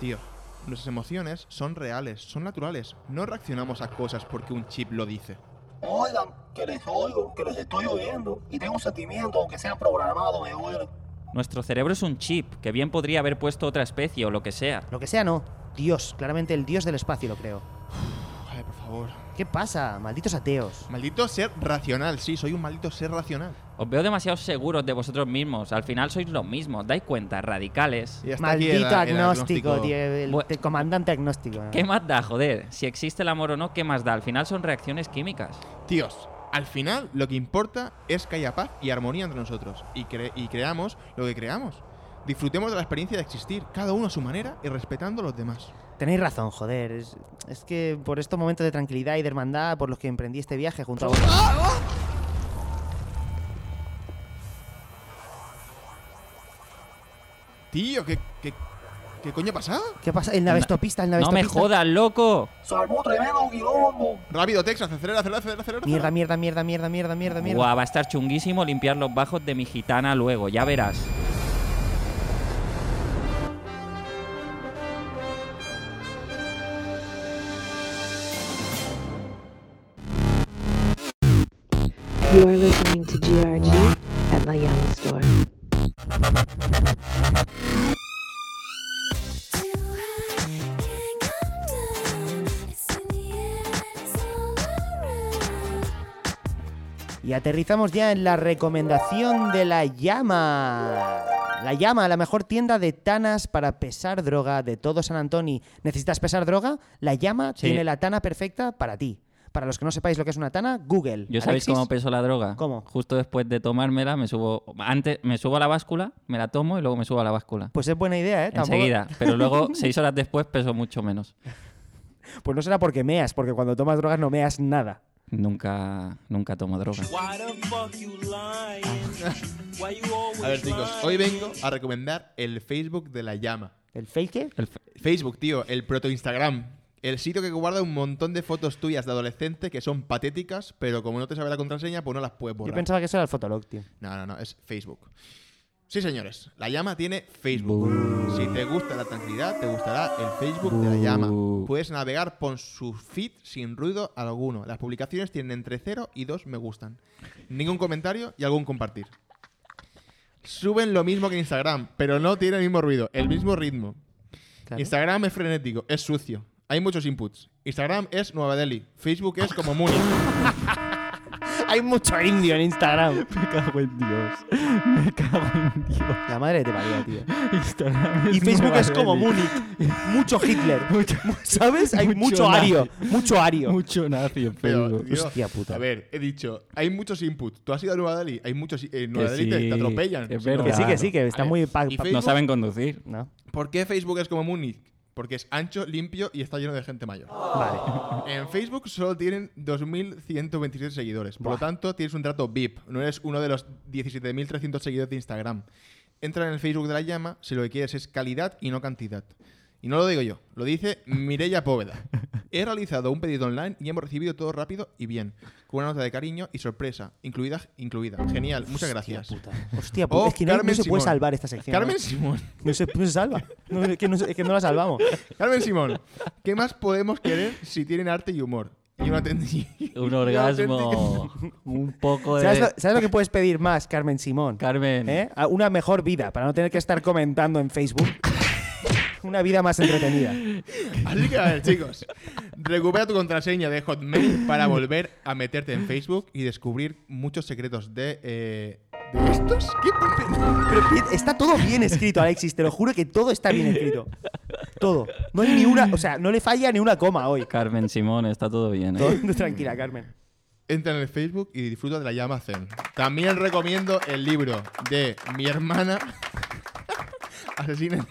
C: Tío, nuestras emociones son reales, son naturales. No reaccionamos a cosas porque un chip lo dice.
F: Oigan, que les oigo, que les estoy oyendo. Y tengo un sentimiento, aunque sean programados, me duele.
B: Nuestro cerebro es un chip, que bien podría haber puesto otra especie o lo que sea.
A: Lo que sea, no. Dios, claramente el dios del espacio lo creo.
C: Ay, por favor.
A: ¿Qué pasa? Malditos ateos.
C: Maldito ser racional, sí, soy un maldito ser racional.
B: Os veo demasiado seguros de vosotros mismos, al final sois los mismos, dais cuenta, radicales.
C: Y hasta aquí el-
A: Maldito
C: el
A: agnóstico, tío, el,
B: Bueno.
A: el comandante agnóstico.
B: ¿Qué más da, joder? Si existe el amor o no, ¿qué más da? Al final son reacciones químicas.
C: Tíos, al final lo que importa es que haya paz y armonía entre nosotros y, cre- y creamos lo que creamos. Disfrutemos de la experiencia de existir, cada uno a su manera y respetando a los demás.
A: Tenéis razón, joder. Es, es que por estos momentos de tranquilidad y de hermandad por los que emprendí este viaje junto a vos-
C: Tío, ¿qué, qué, qué coño ha pasado?
A: ¿Qué pasa? El navestopista, el
B: No
A: navestopista.
B: me jodas, loco.
F: Se armó tremendo quilombo.
C: Rápido, Texas, acelera, acelera, acelera, acelera.
A: Mierda,
C: acelera.
A: mierda, mierda, mierda, mierda, mierda, mierda.
B: Guau, va a estar chunguísimo limpiar los bajos de mi gitana luego, ya verás.
G: You are listening to GRG at La Llama Store.
A: Y aterrizamos ya en la recomendación de la llama. La llama, la mejor tienda de tanas para pesar droga de todo San Antonio. ¿Necesitas pesar droga? La llama
B: Sí.
A: tiene la tana perfecta para ti. Para los que no sepáis lo que es una tana, Google.
B: ¿Yo sabéis
A: Alexis,
B: cómo peso la droga?
A: ¿Cómo?
B: Justo después de tomármela, me subo. Antes me subo a la báscula, me la tomo y luego me subo a la báscula.
A: Pues es buena idea, ¿eh? Tampoco-
B: Enseguida. Pero luego, seis horas después, peso mucho menos.
A: Pues no será porque meas, porque cuando tomas drogas no meas nada.
B: Nunca, nunca tomo droga.
C: A ver, chicos, hoy vengo a recomendar el Facebook de la llama.
A: ¿El fake?
B: El fe-
C: Facebook, tío, el proto Instagram. El sitio que guarda un montón de fotos tuyas de adolescente que son patéticas, pero como no te sabe la contraseña, pues no las puedes borrar.
A: Yo pensaba que eso era el Fotolog, tío.
C: No, no, no, es Facebook. Sí, señores, la llama tiene Facebook. Si te gusta la tranquilidad, te gustará el Facebook de la llama. Puedes navegar por su feed sin ruido alguno. Las publicaciones tienen entre 0 y 2 me gustan. Ningún comentario y algún compartir. Suben lo mismo que Instagram, pero no tiene el mismo ruido, el mismo ritmo.
A: Claro.
C: Instagram es frenético, es sucio. Hay muchos inputs. Instagram es Nueva Delhi. Facebook es como Múnich.
A: Hay mucho indio en Instagram.
B: Me cago en Dios. Me cago en Dios.
A: La madre te parió, tío.
B: Instagram
A: Y
B: es
A: Facebook
B: Nueva
A: es como
B: Delhi.
A: Múnich. Mucho Hitler.
B: Mucho-
A: ¿Sabes? Hay
B: mucho
A: mucho
B: nazi.
A: ario. Mucho ario.
B: Mucho nazi en
C: Pero,
B: Facebook.
C: tío,
A: Hostia puta.
C: A ver, he dicho, hay muchos inputs. Tú has ido a Nueva Delhi, hay muchos. eh, En Nueva
B: Que
C: Delhi te,
B: sí,
C: te atropellan.
B: es
C: Si no-
A: Que sí, que
B: Claro.
A: sí, que está
C: Vale.
A: muy... pa-
C: Y
A: pa-
B: No
C: Facebook-
B: saben conducir.
A: No.
C: ¿Por qué Facebook es como Múnich? Porque es ancho, limpio y está lleno de gente mayor.
A: Vale.
C: En Facebook solo tienen 2.127 seguidores. Por lo
A: Buah.
C: tanto, tienes un trato VIP. No eres uno de los 17.300 seguidores de Instagram. Entra en el Facebook de la llama si lo que quieres es calidad y no cantidad. Y no lo digo yo, lo dice Mireia Póveda. He realizado un pedido online y hemos recibido todo rápido y bien, con una nota de cariño y sorpresa, incluida. incluida. Genial, muchas gracias.
A: Hostia puta. Hostia
C: Oh,
A: puta. Es que no- no,
C: Carmen
A: se puede
C: Simón.
A: salvar esta sección. ¿no?
C: Carmen Simón.
A: No se, no se salva. No, es, que no, se- es que no la salvamos.
C: Carmen Simón, ¿qué más podemos querer si tienen arte y humor? Y una auténtica-
B: Un
C: una
B: orgasmo. Oh, un poco de.
A: ¿Sabes lo, sabes lo que puedes pedir más, Carmen Simón?
B: Carmen.
A: ¿Eh? A Una mejor vida, para no tener que estar comentando en Facebook. Una vida más entretenida.
C: Así que, a ver, chicos, recupera tu contraseña de Hotmail para volver a meterte en Facebook y descubrir muchos secretos de. eh, ¿De estos? ¿Qué pone?
A: Pero pi- está todo bien escrito, Alexis. Te lo juro que todo está bien escrito. Todo. No hay ni una... O sea, no le falla ni una coma hoy.
B: Carmen Simón, está todo bien. ¿eh?
A: Todo- tranquila, Carmen.
C: Entra en el Facebook y disfruta de la llama Zen. También recomiendo el libro de mi hermana. Asesina.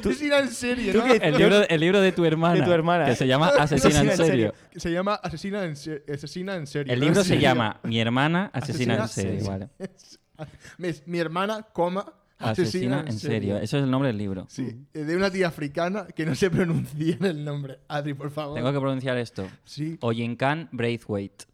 C: Asesina en serie,
A: tú
C: ¿no?
A: que-
B: El libro, el libro de tu hermana.
A: De tu hermana,
B: Que
A: ¿eh?
B: se llama Asesina en serio.
C: Se llama Asesina en, se- Asesina en serio.
B: El
C: ¿no?
B: libro
C: En
B: se
C: serio.
B: llama Mi hermana, asesina,
C: Asesina
B: en serio.
C: serio.
B: Vale.
C: Mi, mi hermana, coma.
B: Asesina, en serio. Eso es el nombre del libro.
C: Sí, eh, de una tía africana que no se pronuncia en el nombre. Adri, por favor.
B: Tengo que pronunciar esto.
C: Sí.
B: Oyinkan Braithwaite.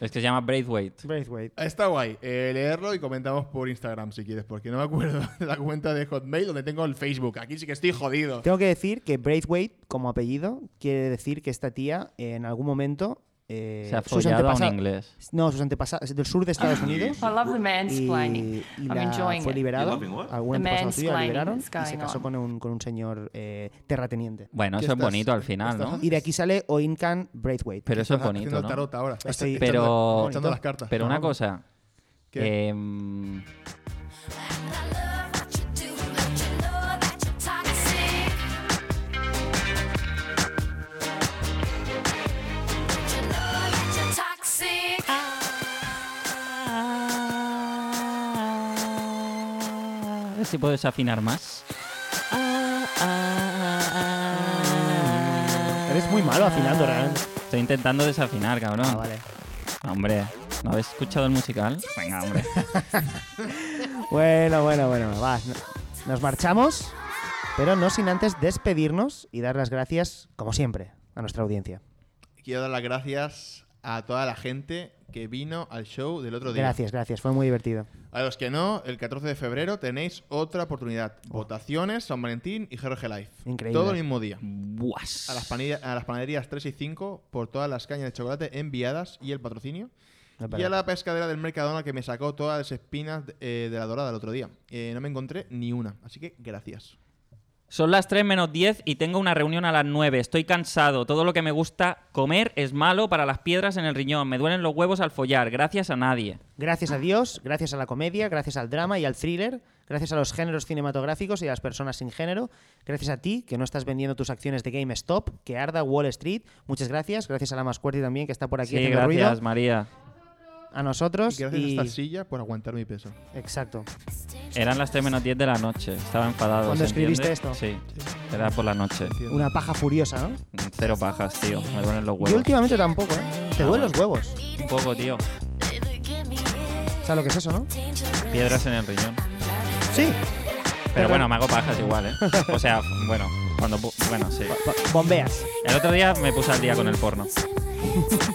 B: Es que se llama Braithwaite.
A: Braithwaite.
C: Está guay. eh, leerlo y comentamos por Instagram si quieres, porque no me acuerdo de la cuenta de Hotmail donde tengo el Facebook. Aquí sí que estoy jodido.
A: Tengo que decir que Braithwaite, como apellido, quiere decir que esta tía eh, en algún momento... eh,
B: Se ha
A: sus
B: follado a un
A: antepasa-
B: inglés. Ah.
A: No, sus antepasados... Del sur de Estados Unidos.
J: I love the
A: y,
J: mansplaining.
A: y
J: I'm
A: la
J: enjoying
A: fue
J: it.
A: liberada. Algún
J: The
A: antepasado suyo la
J: mansplaining
A: liberaron
J: is
A: y se
J: going
A: casó
J: on.
A: con un, con un señor eh, terrateniente.
B: Bueno,
C: ¿Qué
B: eso es
C: estás-
B: bonito al final, ¿no?
A: Y de aquí sale Oinkan Braithwaite.
B: Pero eso es
C: Estás haciendo
B: bonito,
C: el
B: ¿no?
C: tarot ahora. Estás
A: Estoy-
C: echando-
B: Pero,
C: echando las cartas.
B: pero una
C: No.
B: cosa.
C: ¿Qué?
B: em, a ver si puedo desafinar más.
A: Ah. Eres muy malo afinando, realmente.
B: Estoy intentando desafinar, cabrón.
A: Ah, vale.
B: Hombre, ¿no habéis escuchado el musical? Venga, hombre.
A: Bueno, bueno, bueno, va. no- Nos marchamos, pero no sin antes despedirnos y dar las gracias, como siempre, a nuestra audiencia.
C: Quiero dar las gracias a toda la gente que vino al show del otro día.
A: Gracias, gracias, fue muy divertido.
C: A los que no, el 14 de febrero tenéis otra oportunidad.
A: Oh.
C: Votaciones, San Valentín y GRG Live.
A: Increíble.
C: Todo el mismo día.
B: Buas.
C: a las, panilla- a las panaderías 3 y 5 por todas las cañas de chocolate enviadas y el patrocinio.
A: No,
C: Y a
A: perdón.
C: la pescadera del Mercadona que me sacó todas las espinas eh, de la dorada el otro día. Eh, no me encontré ni una, así que gracias.
B: Son las 3 menos 10 y tengo una reunión a las 9. Estoy cansado. Todo lo que me gusta comer es malo para las piedras en el riñón. Me duelen los huevos al follar. Gracias a nadie.
A: Gracias a Dios, gracias a la comedia, gracias al drama y al thriller, gracias a los géneros cinematográficos y a las personas sin género, gracias a ti que no estás vendiendo tus acciones de GameStop, que arda Wall Street, muchas gracias, gracias a la Mascuerti también que está por aquí
B: Sí,
A: haciendo
B: gracias,
A: ruido,
B: María.
A: a
C: Y
A: nosotros
C: gracias
A: y-
C: a esta silla por aguantar mi peso.
A: exacto.
B: Eran las 3 menos 10 de la noche. Estaba enfadado.
A: ¿Cuándo
B: ¿se entiende?
A: escribiste esto?
B: Sí. Era por la noche.
A: Una paja furiosa, ¿no?
B: Cero pajas, tío. Me duelen los
A: Yo
B: huevos.
A: últimamente tampoco, ¿eh? Te duelen los huevos.
B: Un poco, tío.
A: ¿Sabes lo que es eso, no?
B: Piedras en el riñón.
A: Sí.
B: Pero bueno, me hago pajas igual, ¿eh? O sea, bueno, cuando pu- Bueno, sí.
A: Bo- Bombeas.
B: El otro día me puse al día con el porno.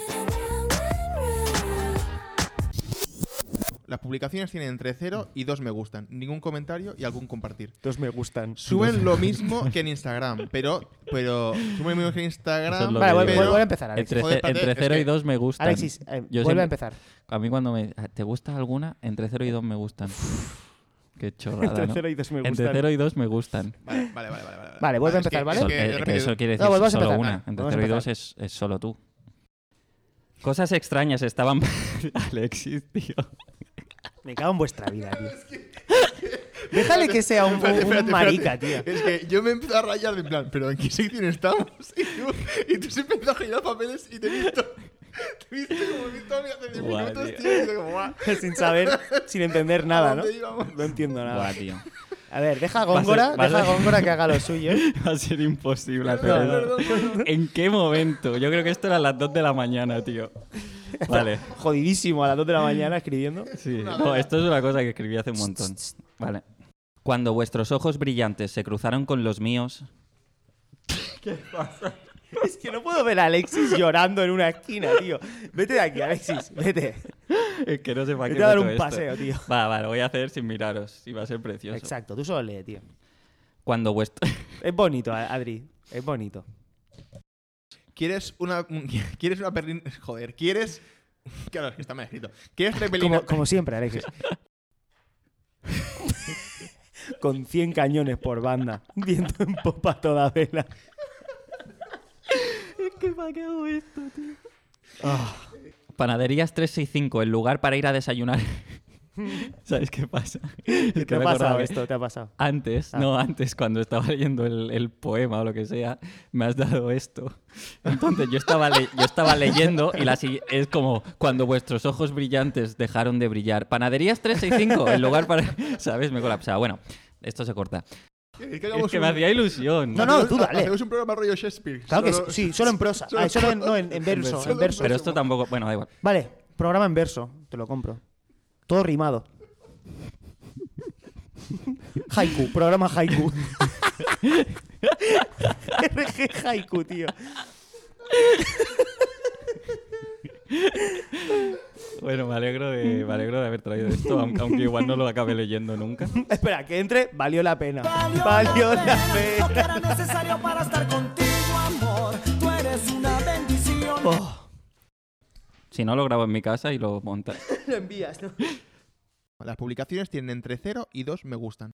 C: Las publicaciones tienen entre 0 y 2 me gustan, ningún comentario y algún compartir.
A: Dos me gustan.
C: Suben lo mismo que en Instagram, pero. pero suben lo mismo que en
B: Eso es
C: Instagram.
B: lo
A: Vale,
B: que-
A: vuel-
C: pero-
A: vuelve, a empezar, Alexis.
B: Entre,
C: Joder,
B: ce- entre
C: espérate, es
B: 0 y
C: que-
B: 2 me gustan.
A: Alexis, eh, vuelve
B: Yo
A: a
B: siempre-
A: empezar.
B: A mí cuando me... ah, ¿Te gusta alguna? Entre 0 y 2 me gustan. Qué chorrada,
A: Entre
B: ¿no?
A: cero y dos me
B: Entre
A: gustan.
B: 0 y 2 me gustan.
C: Vale, vale, vale. Vale, vale,
A: Vale, vuelve a
C: es que-
A: empezar, ¿vale?
C: es
B: Eso,
C: que
B: que-
C: he
B: que
C: repetido.
B: eso
A: No,
B: quiere decir
A: volvamos a
B: solo
A: empezar.
B: una. Entre
A: Volvamos a
B: 0 y 2
A: empezar.
B: es, es solo tú. Cosas extrañas estaban... Alexis, tío.
A: Me cago en vuestra vida, tío. Déjale que sea un,
C: Espérate,
A: un
C: espérate,
A: marica, tío.
C: espérate. Es que yo me empiezo a rayar de plan, pero ¿en qué sección estamos? Y tú, y tú siempre empiezas a girar papeles y te he visto. Te he visto como he visto a mí hace 10
B: Guau,
C: minutos,
B: tío.
C: tío. y yo como, guau,
A: Sin saber, sin entender nada, ¿no?
C: dónde íbamos?
A: No entiendo
B: Buah,
A: nada.
B: tío.
A: A ver, deja a
B: Va a ser-
A: Góngora,
B: va a
A: deja a
B: ser-
A: Góngora que haga lo suyo.
B: Va a ser imposible hacer
A: No,
B: eso. ¿En qué momento? Yo creo que esto era a las 2 de la mañana, tío. Vale.
A: Jodidísimo a las 2 de la mañana escribiendo.
B: Sí. No, esto es una cosa que escribí hace un montón. Vale. Cuando vuestros ojos brillantes se cruzaron con los míos.
A: Es que no puedo ver a Alexis llorando en una esquina, tío. Vete de aquí, Alexis, vete.
B: Es que no sé para qué.
A: Vete a dar
B: meto
A: un
B: esto.
A: paseo, tío.
B: Va, va, lo voy a hacer sin miraros. Y va a ser precioso.
A: Exacto, tú solo lee, tío.
B: Cuando vuestro.
A: Es bonito, Adri, es bonito.
C: ¿Quieres una. ¿Quieres una perlin. Joder, ¿quieres. Claro, es que está mal escrito. ¿Quieres repelina.
A: Como, como siempre, Alexis. Con 100 cañones por banda, viento en popa a toda vela.
B: Panaderías 365, el lugar para ir a desayunar. ¿Sabes qué pasa? Es que
A: ¿Qué te ha
B: me acordaba
A: pasado
B: que-
A: esto? ¿Te ha pasado?
B: Antes,
A: Ah.
B: no, antes, cuando estaba leyendo el, el poema o lo que sea, me has dado esto. Entonces yo estaba, le- yo estaba leyendo y la sigui- es como cuando vuestros ojos brillantes dejaron de brillar. Panaderías 365, el lugar para... ¿Sabes? Me colapsaba. Bueno, esto se corta.
C: Es
B: Es que me hacía ilusión.
A: No, no, tú dale.
C: Hacemos un programa rollo Shakespeare.
A: Claro que sí, sí, solo en prosa. Ah, solo en- no, en- en verso, en verso.
B: Pero esto tampoco... Bueno, da igual.
A: Vale, programa en verso, te lo compro. Todo rimado. Haiku, programa Haiku. RG Haiku, tío.
B: Bueno, me alegro de, me alegro de haber traído esto, aunque aunque igual no lo acabe leyendo nunca.
A: Espera, que entre, valió la pena. Valió la pena.
D: era necesario para estar contigo, amor. Tú eres una bendición.
B: Si no, lo grabo en mi casa y lo monta.
A: Lo envías, ¿no?
C: Las publicaciones tienen entre 0 y 2 me gustan.